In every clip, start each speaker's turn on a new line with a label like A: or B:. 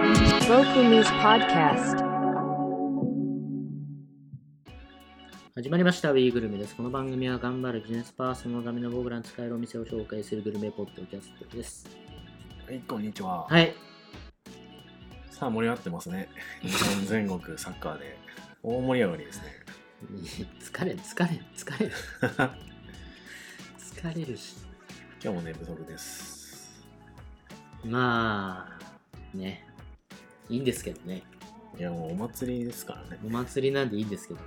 A: Slow News Podcast.
B: 始まりました We グルメです。この番組は頑張るビジネスパーソンのための僕らの使えるお店を紹介するグルメポッドキャストです。
C: はい、こんにちは。
B: はい。
C: さあ、盛り上がってますね。日本全国サッカーで大盛り上がりですね。
B: 疲れる、疲れる、疲れる、
C: 今
B: 疲れるし。
C: 日も寝不足です。
B: まあ、ね。いいんですけどね。
C: いや、もうお祭りですからね。
B: お祭りなんでいいんですけどね。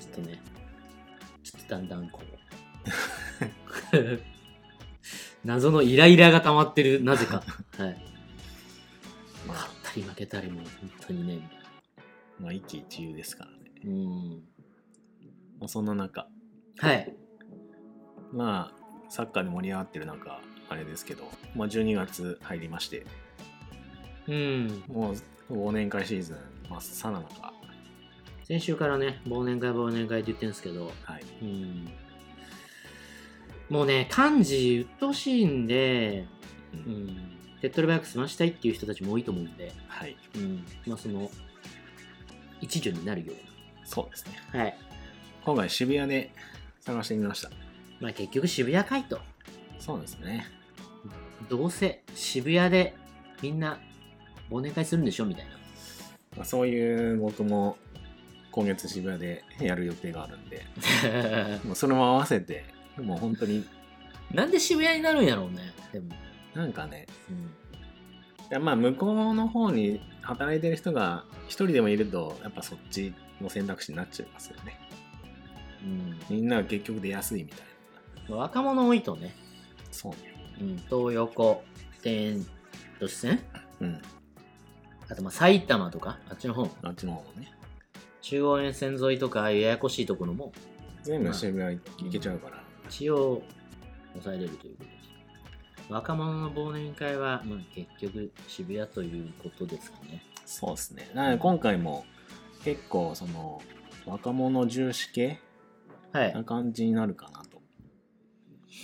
B: ちょっとね。ちょっとだんだんこう。 謎のイライラが溜まってる、なぜか。はい。
C: まあ
B: 勝、ったり負けたりも、本当にね。
C: まあ、一喜一憂ですからね。
B: うん。
C: まあ、そんな中、
B: はい。
C: まあ、サッカーで盛り上がってる中、あれですけど、まあ、12月入りまして、
B: うん。
C: もう忘年会シーズン、まあ、さなのか。
B: 先週からね忘年会忘年会って言ってるんですけど
C: はい。
B: うんもうね幹事鬱陶しいんで、
C: う、
B: うんん、手っ取り早く済ましたいっていう人たちも多いと思うんで、
C: はい。
B: うんまあ、その一助になるよ
C: そうですね。
B: うな、はい
C: 今回渋谷で探してみました。
B: まあ、結局渋谷かいと
C: そうですね。
B: どうせ渋谷でみんな忘年会するんでしょみたいな
C: まあ、そういう僕も今月渋谷でやる予定があるんで、もうそれも合わせて、もう本当に
B: なんで渋谷になるんやろうねでも、
C: なんかね、
B: うん、
C: いやまあ向こうの方に働いてる人が一人でもいると、やっぱそっちの選択肢になっちゃいますよね。
B: うん
C: みんなが結局出やすいみたい
B: まあ若者多いとね
C: な。そうね。
B: うん、東横、田園都市線、
C: うん。
B: あとまあ埼玉とか、あっちの方、
C: あっちの方もね。
B: 中央沿線沿いとか、ああいうややこしいところも、
C: 全部渋谷行けちゃうから。
B: 一応、抑えれるということです。若者の忘年会は、まあ、結局、渋谷ということですかね。
C: そうですね。なので今回も結構その若者重視系
B: はい。
C: な感じになるかなと。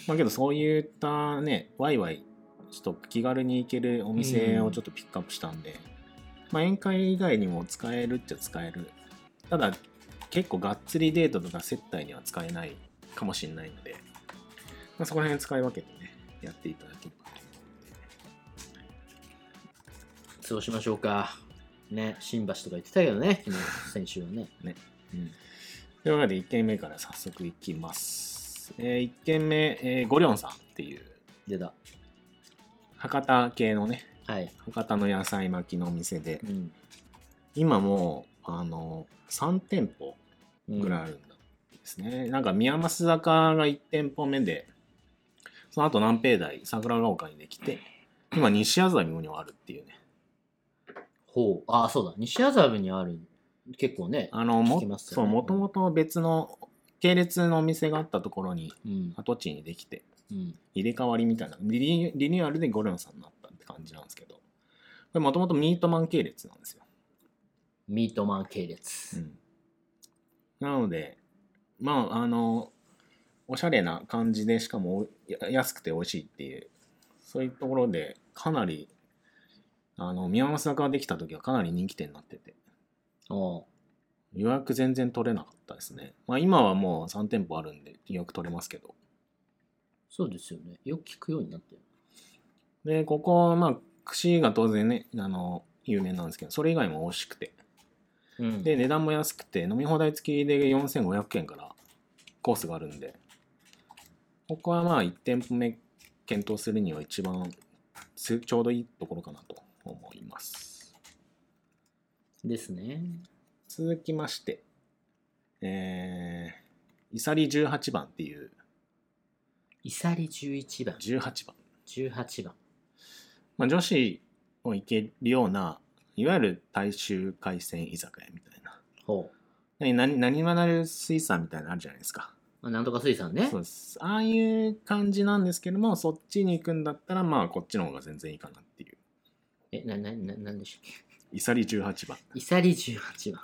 C: まあけどそういったね、ワイワイ、ちょっと気軽に行けるお店をちょっとピックアップしたんで、まあ宴会以外にも使えるっちゃ使える。ただ、結構がっつりデートとか接待には使えないかもしれないので、まあ、そこら辺使い分けてね、やっていただければと
B: そうしましょうか。ね、新橋とか言ってたけどね、昨日、先週はね。
C: ね
B: うん。
C: というわけで1軒目から早速いきます。え1軒目、えーゴリョンさんっていう、
B: 出た。
C: 博多系のね、
B: はい。
C: 博多の野菜巻きのお店で
B: う、ん。
C: 今もうあの3店舗
B: うん
C: ぐらいあるんですね、なんか宮益坂が1店舗目でその後南平台桜ヶ丘にできて今西麻布にもあるっていうね
B: ほう。ああ、そうだ。西麻布にある、結構ね。
C: あのも
B: 聞きますよ
C: そう
B: ね
C: もともと別の系列のお店があったところに
B: うん。
C: 跡地にできて
B: うん。
C: 入れ替わりみたいなリニリニューアルでゴリョンさんになったって感じなんですけどこれもともとミートマン系列なんですよ
B: ミートマン系列。
C: なのでまああのおしゃれな感じでしかもおや安くて美味しいっていうそういうところでかなりあの宮益坂ができた時はかなり人気店になってて
B: おう
C: 予約全然取れなかったですねまあ今はもう3店舗あるんで予約取れますけど
B: そうですよね。よく聞くようになってる。
C: でここまあ串が当然ねあの有名なんですけどそれ以外も美味しくて
B: うん
C: で値段も安くて飲み放題付きで4500円からコースがあるんでここはまあ1店舗目検討するには一番すちょうどいいところかなと思います
B: ですね。
C: 続きましてえー、イサリ18番っていう
B: イサリ11番、
C: 18番、
B: 18番。
C: まあ、女子を行けるようないわゆる大衆海鮮居酒屋みたいな
B: ほう。
C: 何何何はなる水産みたいなのあるじゃないですか
B: まあ、なんとか水産ね
C: そう。ですああいう感じなんですけどもそっちに行くんだったらまあこっちの方が全然いいかなっていう
B: え、な、な、な、なんでしたっけ
C: イサリ18番
B: イサリ18番。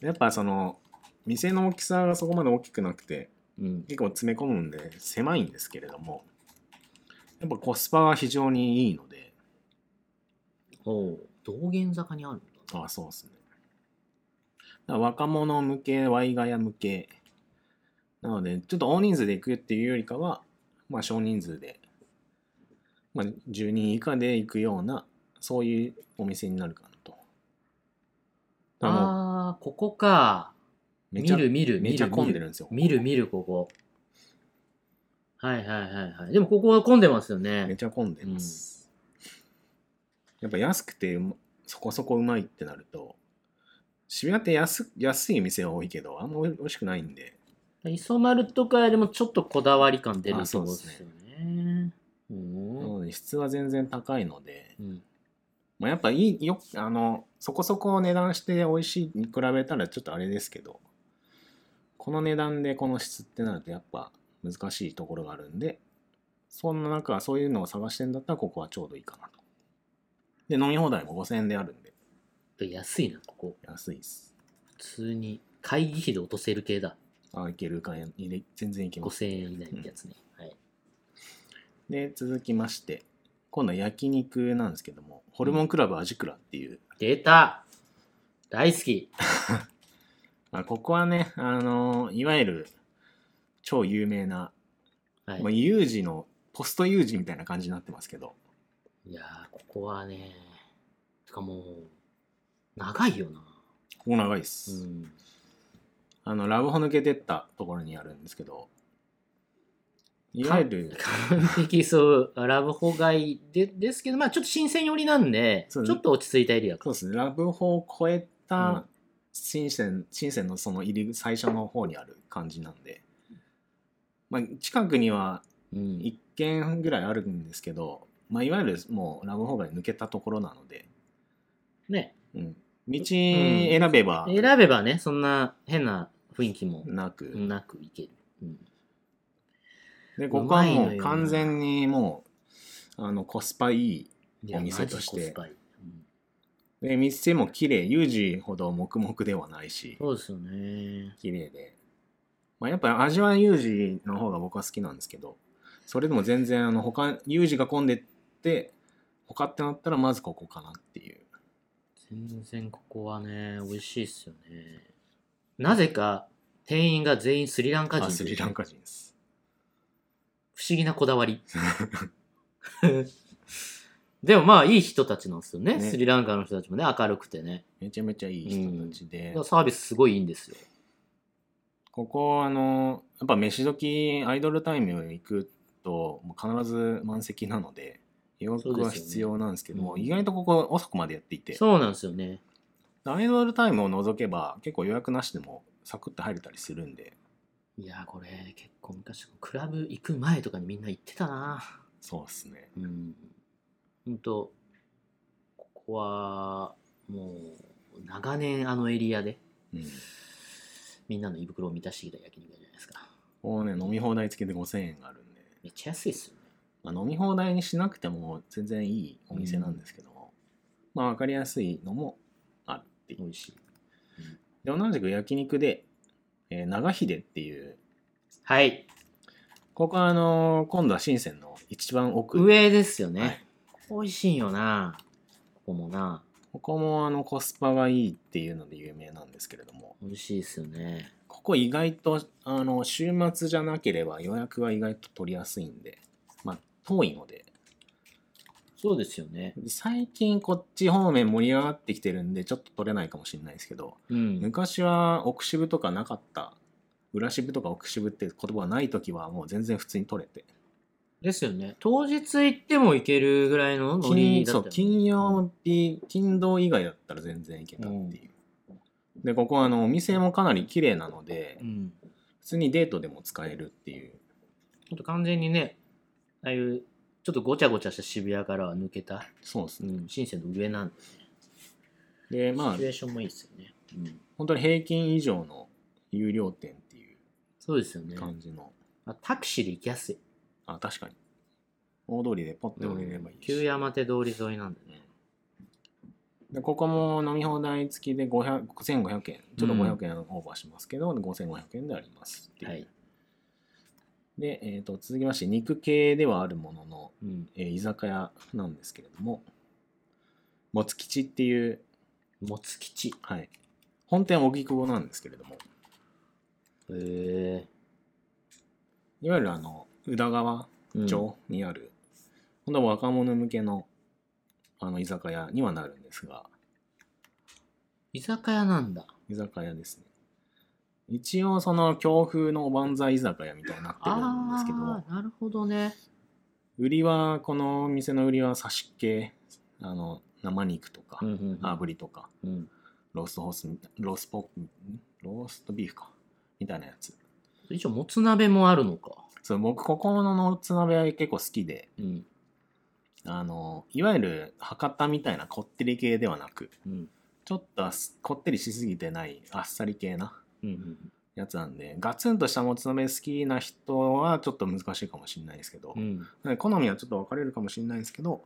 C: やっぱその店の大きさがそこまで大きくなくて
B: うん。
C: 結構詰め込むんで狭いんですけれどもやっぱコスパは非常にいいので
B: おう道玄坂にあるんだな
C: あそうですね。だから若者向け、ワイガヤ向け。なので、ちょっと大人数で行くっていうよりかは、まあ少人数で、まあ10人以下で行くような、そういうお店になるかなと。だからもう
B: あーここか
C: めちゃ
B: 見る見る
C: めちゃ
B: 見る
C: 混んでるんですよ。
B: 見る見るここはいはいはいはいでもここは混んでますよ
C: め
B: ね
C: ちゃ混んでます。やっぱ安くてうまそこそこうまいってなると、渋谷って安安い店は多いけど、あんま美味しくないんで、
B: 磯丸とかよりもちょっとこだわり感出る
C: あ
B: と
C: そう
B: こ
C: で
B: ですす
C: ね
B: よねう
C: なんので質は全然高いので、
B: うん
C: まあ、やっぱいいよあのそこそこ値段して美味しいに比べたらちょっとあれですけどこの値段でこの質ってなるとやっぱ難しいところがあるんでそんな中そういうのを探してんだったらここはちょうどいいかなとで飲み放題も5000円であるんで
B: で安いなここ
C: 安いです
B: 普通に会議費で落とせる系だ
C: あいけるかいれ全然いけます
B: 5000円以内ってやつね、はい
C: で続きまして今度は焼肉なんですけどもホルモンクラブ味倉っていう、
B: 出た大好き
C: まあ、ここはねあのいわゆる超有名な
B: はい、
C: まあ、有事のポスト有事みたいな感じになってますけど
B: いやーここはねてかもう長いよな
C: ここ長いです、
B: うん
C: あのラブホ抜けてったところにあるんですけどいわゆる
B: 完璧そうラブホ街でですけどまあちょっと新鮮寄りなんでち
C: そ
B: ょ
C: うね
B: っと落ち着いたエリアか
C: そうですねラブホを超え
B: う
C: た
B: ん
C: 深セン深センのその入り最初の方にある感じなんで、まあ、近くには
B: うん
C: 1軒ぐらいあるんですけど、まあ、いわゆるもうラブホが抜けたところなので、
B: ね
C: うん、道選べば
B: 選べばねそんな変な雰囲気も
C: なく、
B: なくいける、うん
C: でここは
B: うまい
C: も
B: の
C: う
B: よ
C: 完全にもうあのコスパいい
B: いや
C: お店
B: マジ
C: として
B: コスパいいうん
C: で店も綺麗有事ほど黙々ではないし
B: そうですよね
C: 綺麗で、まあ、やっぱ味は有事の方が僕は好きなんですけどそれでも全然あの他有事が混んでって他ってなったらまずここかなっていう
B: 全然ここはね美味しいっすよねなぜか店員が全員スリランカ人
C: あ
B: で
C: スリランカ人です
B: 不思議なこだわ り でもまあいい人たちなんですよね
C: ね
B: スリランカの人たちもね明るくてね
C: めちゃめちゃいい人たちで、
B: サービスすごいいいんですよ
C: ここあのやっぱ飯時アイドルタイム行くともう必ず満席なので予約
B: そう
C: は
B: ですよね
C: 必要なんですけども
B: うん
C: 意外とここ遅くまでやっていて
B: そうなんですよね
C: アイドルタイムを除けば結構予約なしでもサクッと入れたりするんで
B: いやーこれ結構昔クラブ行く前とかにみんな行ってたな
C: そうですね
B: うんほんとここはもう長年あのエリアで
C: うん
B: みんなの胃袋を満たしてきた焼肉屋じゃないですか
C: こうね飲み放題付きで5000円があるんで、
B: めっちゃ安いっすよね
C: まあ、飲み放題にしなくても全然いいお店なんですけども、まあ分かりやすいのもあるっていう
B: 美味しい
C: で同じく焼肉で、えー長秀っていう
B: はい
C: ここはあのー今度は深センの一番奥
B: 上ですよね、
C: はい
B: ここ美味しいよなここもな
C: ここもあのコスパがいいっていうので有名なんですけれども
B: 美味しいですよね
C: ここ意外とあの週末じゃなければ予約は意外と取りやすいんでまあ遠いので
B: そうですよね
C: 最近こっち方面盛り上がってきてるんでちょっと取れないかもしれないですけど
B: うん
C: 昔は奥渋とかなかった裏渋とか奥渋って言葉がない時はもう全然普通に取れて
B: ですよね当日行っても行けるぐらいのノリ
C: 金
B: だ
C: そ
B: っ
C: う
B: たよね
C: 金曜日金土以外だったら全然いけたっていう、でここはあのお店もかなり綺麗なので
B: うん
C: 普通にデートでも使えるっていう
B: ちょっと完全にねああいうちょっとごちゃごちゃした渋谷からは抜けた、
C: そうです
B: う
C: ね、
B: ん、深センの上なんで
C: で
B: シ
C: まあ
B: チュエーションもいいですよね、うん、
C: 本当に平均以上の有料店ってい
B: そうですよね
C: う感じの、
B: あタクシーで行きやすい
C: あ確かに大通りでポッて降りればいいし、
B: 旧山手通り沿いなんでね
C: でここも飲み放題付きで500 5500円ちょっと500円オーバーしますけど、5500円でありますっていう、
B: はい
C: で、えー、と続きまして肉系ではあるものの、
B: うん
C: えー居酒屋なんですけれども、もつ吉っていう、
B: もつ吉。
C: はい、本店は荻窪なんですけれども、
B: へえ
C: いわゆるあの、宇田川
B: うん
C: 町にある、ほんと若者向けの、あの、居酒屋にはなるんですが、
B: 居酒屋なんだ。
C: 居酒屋ですね。一応その、強風のおばんざい居酒屋みたいになってるんですけど
B: あ、あ、なるほどね。
C: 売りは、この店の売りは刺し系、あの、生肉とか、
B: うんうんうん
C: 炙りとか、
B: うん。
C: ローストホースみたい、ロースポんローストビーフか、みたいなやつ。
B: 一応、もつ鍋もあるのか。
C: そう、僕、ここののつ鍋は結構好きで、
B: うん。
C: あの、いわゆる博多みたいなこってり系ではなく、
B: うん。
C: ちょっとあっすこってりしすぎてないあっさり系な
B: うんうん
C: やつなんで、ガツンとしたもつ鍋好きな人はちょっと難しいかもしれないですけど、
B: うん。うん。
C: なんで好みはちょっと分かれるかもしれないですけど、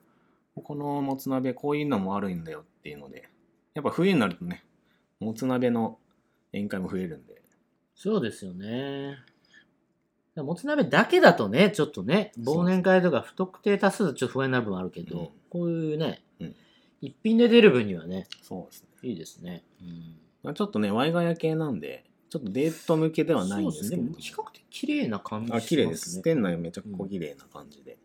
C: ここのもつ鍋こういうのもあるんだよっていうので、やっぱ冬になるとね、もつ鍋の宴会も増えるんで、
B: そうですよね。もつ鍋だけだとね、ちょっとね、忘年会とか不特定多数ちょっと不安になる部分あるけど、
C: うん
B: こういうね、
C: うん
B: 一品で出る分にはね、
C: そうですね。
B: いいですね。うん、
C: まあちょっとね、ワイガヤ系なんで、ちょっとデート向けではないんですけ
B: そう
C: ど、
B: ね。でも比較的綺麗な感じ
C: あ、綺麗です。
B: ね。
C: 店内めちゃくちゃ綺麗な感じで。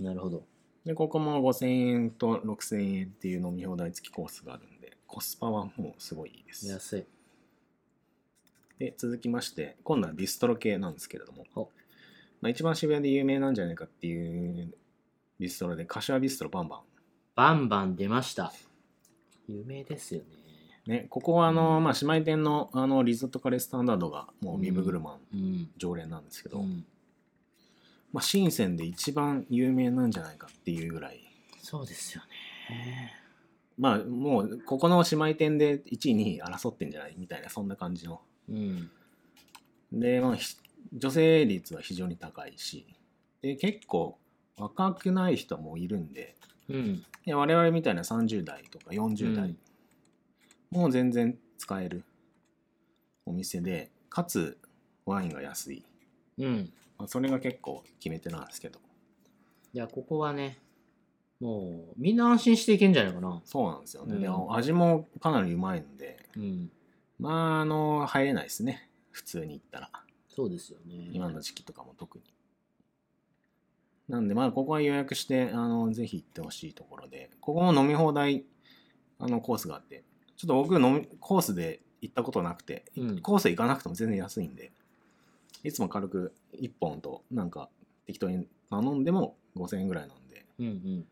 B: なるほど。
C: で、ここも5000円と6000円っていう飲み放題付きコースがあるんで、コスパはもうすごいいいです。
B: 安い。
C: で、続きまして、今度はビストロ系なんですけれども
B: お、
C: まあ、一番渋谷で有名なんじゃないかっていうビストロで、柏ビストロバンバ
B: バンバン出ました。有名ですよね。
C: ン。ね、ここはあの、まあ、姉妹店のあのリゾットカレースタンダードが、もうビブグルマ
B: う
C: ン
B: ん。
C: 常連なんですけど、
B: うん
C: まあ、深センで一番有名なんじゃないかっていうぐらい、
B: そうですよね。
C: まあ、もう、ここの姉妹店で1位、2位争ってんじゃないみたいな、そんな感じの。
B: うん。
C: で、まあ、ひ女性率は非常に高いし、で、結構、若くない人もいるんで、
B: うん。
C: いや我々みたいな30代とか40代、もう全然使えるお店で、かつ、ワインが安い。
B: うん。
C: まあ、それが結構決め手なんですけど、
B: いや、ここはね、もう、みんな安心していけんじゃないかな。
C: そうなんですよね。
B: うん
C: で、味もかなりうまいので、
B: うん。
C: まあ、あの、入れないですね。普通に行ったら。
B: そうですよね。
C: 今の時期とかも特に。なんで、まあ、ここは予約して、あの、ぜひ行ってほしいところで、ここも飲み放題、あの、コースがあって、ちょっと僕、飲み、コースで行ったことなくて、
B: うん
C: コース行かなくても全然安いんで、いつも軽く1本と、なんか、適当に頼んでも5000円ぐらいなんで、
B: うん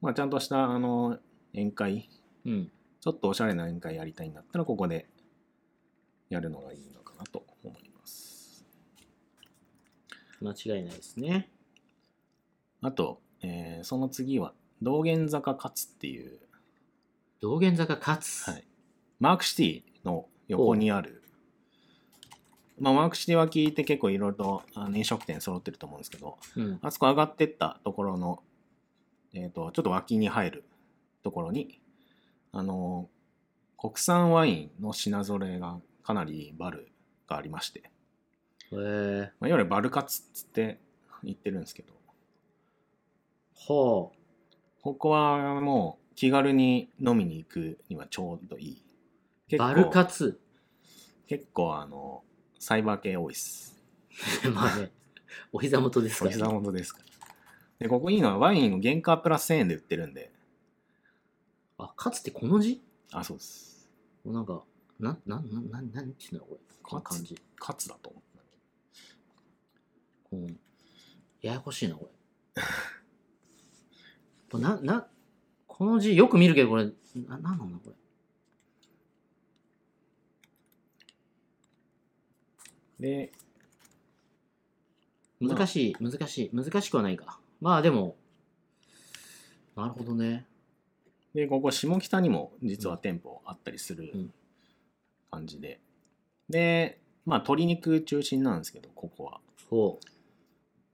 C: まあ、ちゃんとした、あの、宴会、
B: うん。うん。
C: ちょっとおしゃれな宴会やりたいんだったら、ここでやるのがいいのかなと思います。
B: 間違いないですね。
C: あと、えーその次は、道玄坂勝っていう、
B: 道玄坂勝つ。
C: はいマークシティの横にある、まあ、マークシティは聞いて結構いろいろとあの飲食店揃ってると思うんですけど、
B: うん。
C: あそこ上がってったところの、えっ、と、ちょっと脇に入るところに、あの、国産ワインの品揃えがかなりいいバルがありまして、
B: へえ。
C: まあ、いわゆるバル活っつって言ってるんですけど、
B: ほ
C: ここはもう気軽に飲みに行くにはちょうどいい。
B: う。
C: 結構
B: バルカツ。
C: 結構あの、サイバー系多いっす。
B: まあね、お膝元ですか
C: お
B: ら、
C: 膝元ですから。で、ここいいのはワインを原価プラス1000円で売ってるんで。
B: あ、勝つってこの字
C: あ、そうです。
B: なんか、な、な、な、な、なんていうのこれ。この
C: 勝
B: 感
C: つ
B: じ。
C: カツだと思う。
B: うん。ややこしいな、これ。これな、な、この字よく見るけど、これ、な、なんなんだ、これ。
C: で、まあ
B: 難しい、難しい、難しくはないか。まあでも、なるほどね。
C: で、ここ下北にも実は店舗あったりする
B: うん
C: 感じで。で、まあ鶏肉中心なんですけど、ここは。
B: ほ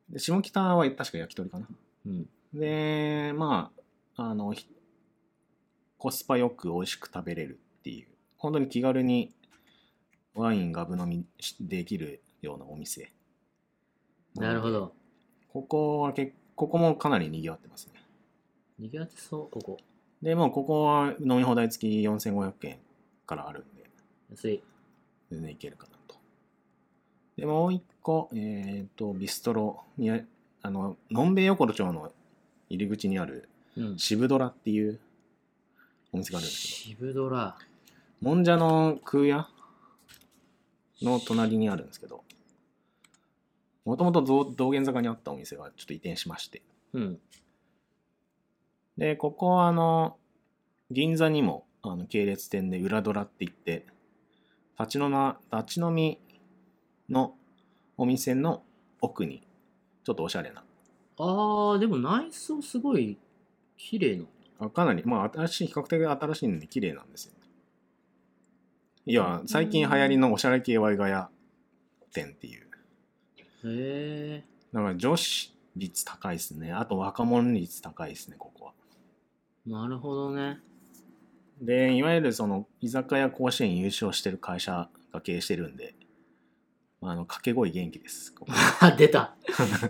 C: で、下北は確か焼き鳥かな。
B: う。うん。
C: で、まあ、あの、ひコスパよく美味しく食べれるっていう、本当に気軽にワインがぶ飲みしできるようなお店。
B: なるほ。ど。
C: ここはけここもかなり賑わってますね。
B: にぎわってそう、ここ。
C: で、もうここは飲み放題付き4500円からあるんで、
B: 安い。
C: 全然いけるかなと。で、もう一個、えっ、と、ビストロにあ、あの、のんべい横丁の入り口にある、
B: うん。
C: 渋ドラっていうお店があるんですけ
B: 渋ドラ。
C: ど、もんじゃの空屋の隣にあるんですけど、もともと道玄坂にあったお店はちょっと移転しまして、
B: うん。
C: で、ここはあの、銀座にもあの系列店で裏ドラって言って、立ち飲ま立ち飲みのお店の奥に、ちょっとおしゃれな。
B: あー、でも内装すごい綺麗な。
C: あかなり、まあ新しい、比較的新しいんで綺麗なんですよ。いや、最近流行りのおしゃれ系ワイガヤ店っていう。
B: へえ。
C: だから女子率高いですね。あと若者率高いですね、ここは。
B: なるほどね。
C: で、いわゆるその、居酒屋甲子園優勝してる会社が経営してるんで、まあ、あの、掛け声元気です。ここ
B: あ、出た。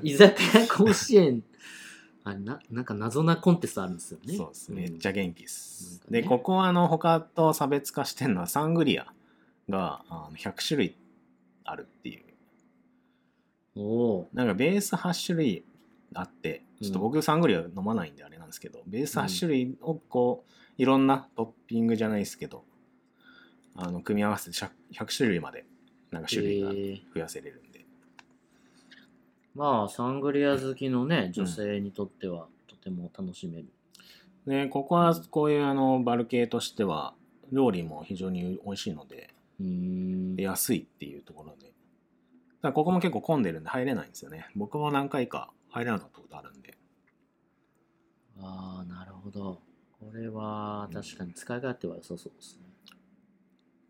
B: 居酒屋甲子園。あな、なんか謎なコンテストあるんですよね。
C: そうです。めっ
B: ん
C: ちゃ元気で
B: うん
C: す。
B: なんかね
C: で、ここはあの、他と差別化してるのは、サングリアがあの100種類あるっていう。
B: おお
C: なんか、ベース8種類あって、ちょっと僕サングリア飲まないんであれなんですけど、ベース8種類をこう、いろんなトッピングじゃないですけど、あの、組み合わせて100 100種類まで、なんか種類が
B: へー
C: 増やせれるんで。
B: まあ、サングリア好きのね、女性にとっては、とても楽しめる。
C: ね、ここはこういうあのバル系としては料理も非常に美味しいので
B: うーん。
C: で安いっていうところでただここも結構混んでるんで入れないんですよね僕も何回か入れなかったことあるんで
B: ああ、なるほど。これは、確かに使い勝手は良さそうですね。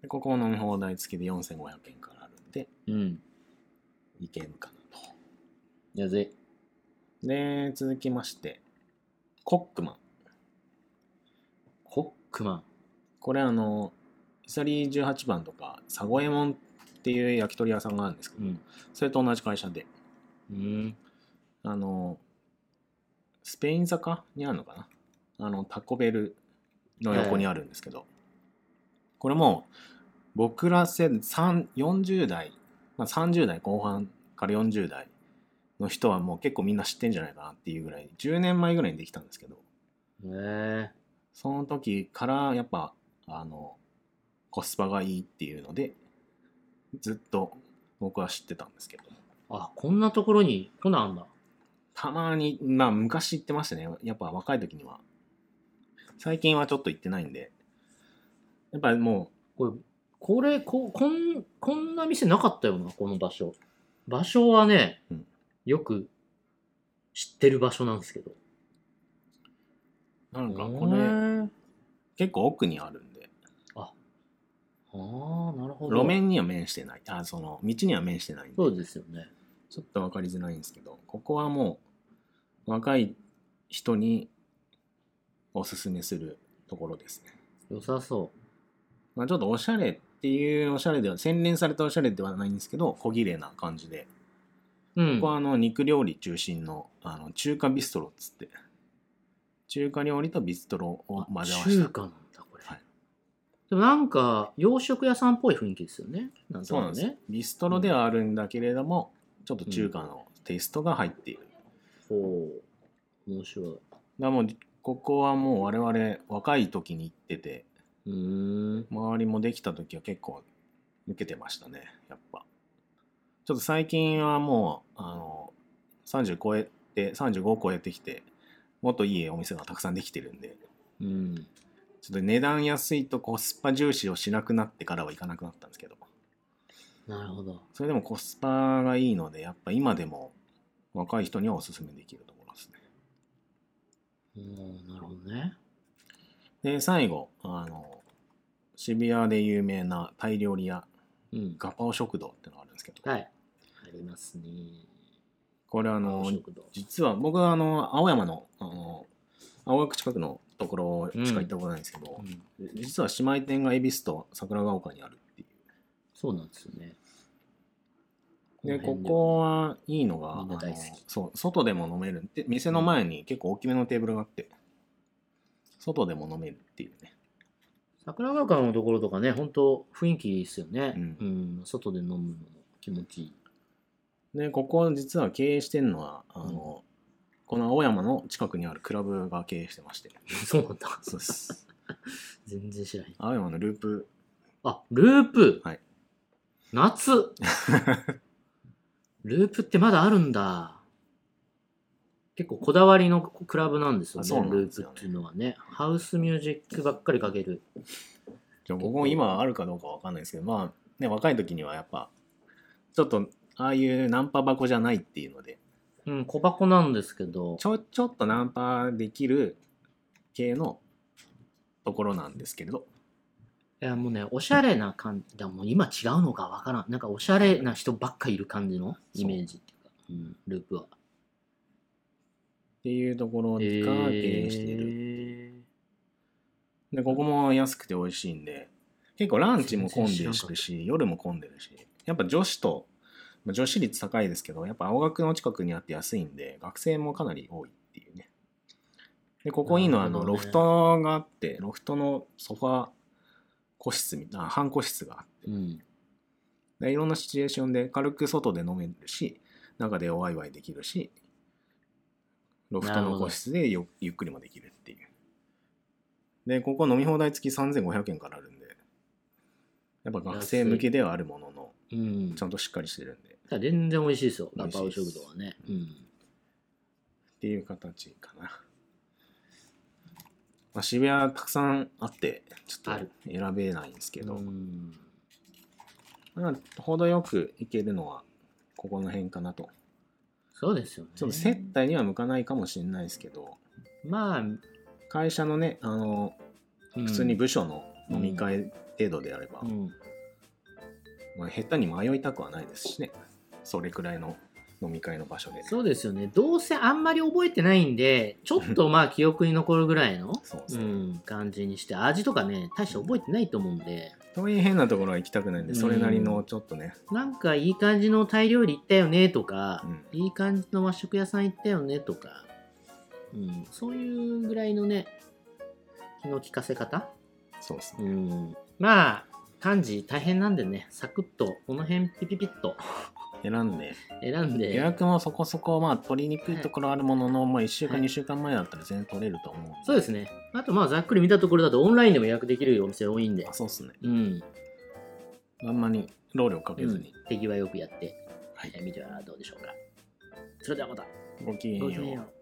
C: でここも飲み放題付きで4500円からあるんで
B: うん。
C: いけるかなと
B: やぜ。
C: で続きましてコックマン
B: コックマン。
C: これあのイサリ18番とかサゴエモンっていう焼き鳥屋さんがあるんですけ
B: う
C: ど、
B: ん。
C: それと同じ会社で
B: うん。
C: あの、スペイン坂にあるのかなあの、タコベルの横にあるんですけど、これも、僕ら世3 40代、まあ、30代後半から40代の人はもう結構みんな知ってんじゃないかなっていうぐらい、10年前ぐらいにできたんですけど、
B: ええ
C: その時からやっぱ、あの、コスパがいいっていうので、ずっと僕は知ってたんですけど、
B: あ、こんなところに、こんなんあんだ。
C: たまに、まあ昔行ってましたね。やっぱ若い時には。最近はちょっと行ってないんで。やっぱりも
B: これ、これ、こ、こん、こんな店なかったよな、この場所。場所はね、
C: うん
B: よく知ってる場所なんですけど。
C: う、なんか
B: へ
C: これ、
B: ー
C: 結構奥にあるんで、
B: ああ、なるほど。
C: 路面には面してない。あ、その、道には面してないんで
B: そ、うですよね。
C: ちょっとわかりづらいんですけど、ここはもう、若い人におすすめするところですね。
B: 良さそ
C: まあちょっとおしゃれっていうおしゃれでは、洗練されたおしゃれではないんですけど、小綺麗な感じで、
B: う。うん。
C: ここはあの肉料理中心のあの中華ビストロっつって中華料理とビストロを混ぜ合わせ
B: 中
C: た
B: 華なんだ、これ。
C: はい
B: でもなんか、洋食屋さんっぽい雰囲気ですよね。なんと
C: そうな
B: なんく
C: ですよ
B: ね。
C: ビストロではあるんだけれども、ちょっと中華のテイストが入っているだか
B: ほう。面白い。
C: らもうここはもう我々若い時に行ってて
B: うーん。
C: 周りもできた時は結構抜けてましたねやっぱちょっと最近はもうあの30超えて35を超えてきてもっといいお店がたくさんできてるんで
B: うん。
C: ちょっと値段安いとコスパ重視をしなくなってからはいかなくなったんですけど、
B: なるほど。
C: それでもコスパがいいので、やっぱ今でも若い人にはおすすめできるところです
B: うん、なるほどね。
C: ね。で、最後、あの、渋谷で有名なタイ料理屋、
B: うん。
C: ガパオ食堂ってのがあるんですけど、
B: はい。ありますね。
C: これあ
B: あ
C: の、
B: 食堂。
C: 実は僕はあの、青山の、あの、青学近くのところしか行ったことないんですけど
B: う、ん
C: 実は姉妹店が恵比寿と桜ヶ丘にあるっていう。
B: そうなんですよね。
C: で、
B: の
C: こ
B: 辺
C: こはいいのが、
B: みんな大好き
C: あのそう、外でも飲める。で、店の前に結構大きめのテーブルがあって、外でも飲めるっていうね。
B: 桜川館のところとかね、本当雰囲気いいですよね。
C: うん
B: うん、外で飲むのも気持ちいい。
C: で、ここ実は経営してんのは、あの、この青山の近くにあるクラブが経営してまして。
B: そうなんだ。
C: そうです。
B: 全然知らへん。
C: 青山のループ、
B: あ、ループ。
C: はい
B: 夏。ループってまだあるんだ。結構こだわりのクラブなんですよ
C: あ
B: ね、
C: そうなん
B: ル
C: で
B: ー
C: す
B: プ
C: よね
B: っていうのはね。ハウスミュージックばっかりかける。
C: じゃあ僕も今あるかどうかわかんないですけど、まあ、ね、若い時にはやっぱ、ちょっと、ああいうナンパ箱じゃないっていうので、
B: うん、小箱なんですけど
C: ち。ょ、ちょっとナンパできる系のところなんですけれど、
B: いや、もうね、おしゃれな感じ。だもう今違うのかわからん。なんかおしゃれな人ばっかいる感じのイメージっていうか、うん、ループは。
C: っていうところが経営してる。
B: え
C: で、ここも安くて美味しいんで、結構ランチも混んでるし、夜も混んでるし、やっぱ女子と、まあ女子率高いですけど、やっぱ青学の近くにあって安いんで、学生もかなり多いっていうね。で、ここいいのは、あの、
B: なるほど
C: ロ
B: ね
C: フトがあって、ロフトのソファ個室みたいな、半個室があって
B: ー、うん。
C: でいろんなシチュエーションで軽く外で飲めるし、中でワイワイできるし、ロフトの個室でよゆっくりもできるっていう。で、ここ飲み放題付き3500円からあるんで、やっぱ学生向けではあるものの、
B: うん。
C: ちゃんとしっかりしてるんで、っ
B: 全然美味しいですよ、
C: 美
B: ガ
C: 味し
B: パ
C: い
B: オ
C: です
B: 食堂はね。うん。
C: ていう形かな。まあ、渋谷たくさんあって、ちょ
B: あ
C: っ
B: る
C: と選べないんですけ
B: け
C: ど、
B: うん、
C: まあ、程よく行けるのは、ここの辺かなと。
B: そうですよね。
C: ちょっと接待には向かないかもしれないですけど、
B: まあ、
C: 会社のねあの
B: 普
C: 普通に部署の飲み会程度であれば、
B: うん、
C: まあ、下手に迷いたくはないですしねそれくらいの飲み会の場所で
B: そうですよね。どうせあんまり覚えてないんで、ちょっとまあ記憶に残るぐらいの、
C: そう
B: う
C: そう、
B: ん、感じにして、味とかね、大して覚えてないと思うんで、
C: そういう変なところは行きたくないんでそれなりのちょっとね、
B: なんかいい感じのタイ料理行ったよねとか、
C: うん
B: いい感じの和食屋さん行ったよねとか、うん、そういうぐらいのね、気の利かせ方
C: そうですね
B: うん、まあ漢字大変なんでねサクッとこの辺ピピピッと
C: 選んで
B: 選ん
C: 予
B: で
C: 約もそこそこまあ取りにくいところあるものの、まあ、1週間
B: はい
C: 2週間前だったら全然取れると思うんで
B: そうですねあとまあざっくり見たところだとオンラインでも予約できるお店多いんで
C: あそうっすね
B: うん、
C: あんまり労力かけ
B: う
C: ず
B: ん
C: に、、
B: 手際よくやって
C: はい
B: えー見てはどうでしょうかそれではまた
C: ごきげん
B: ごき
C: よ
B: げん
C: う
B: よう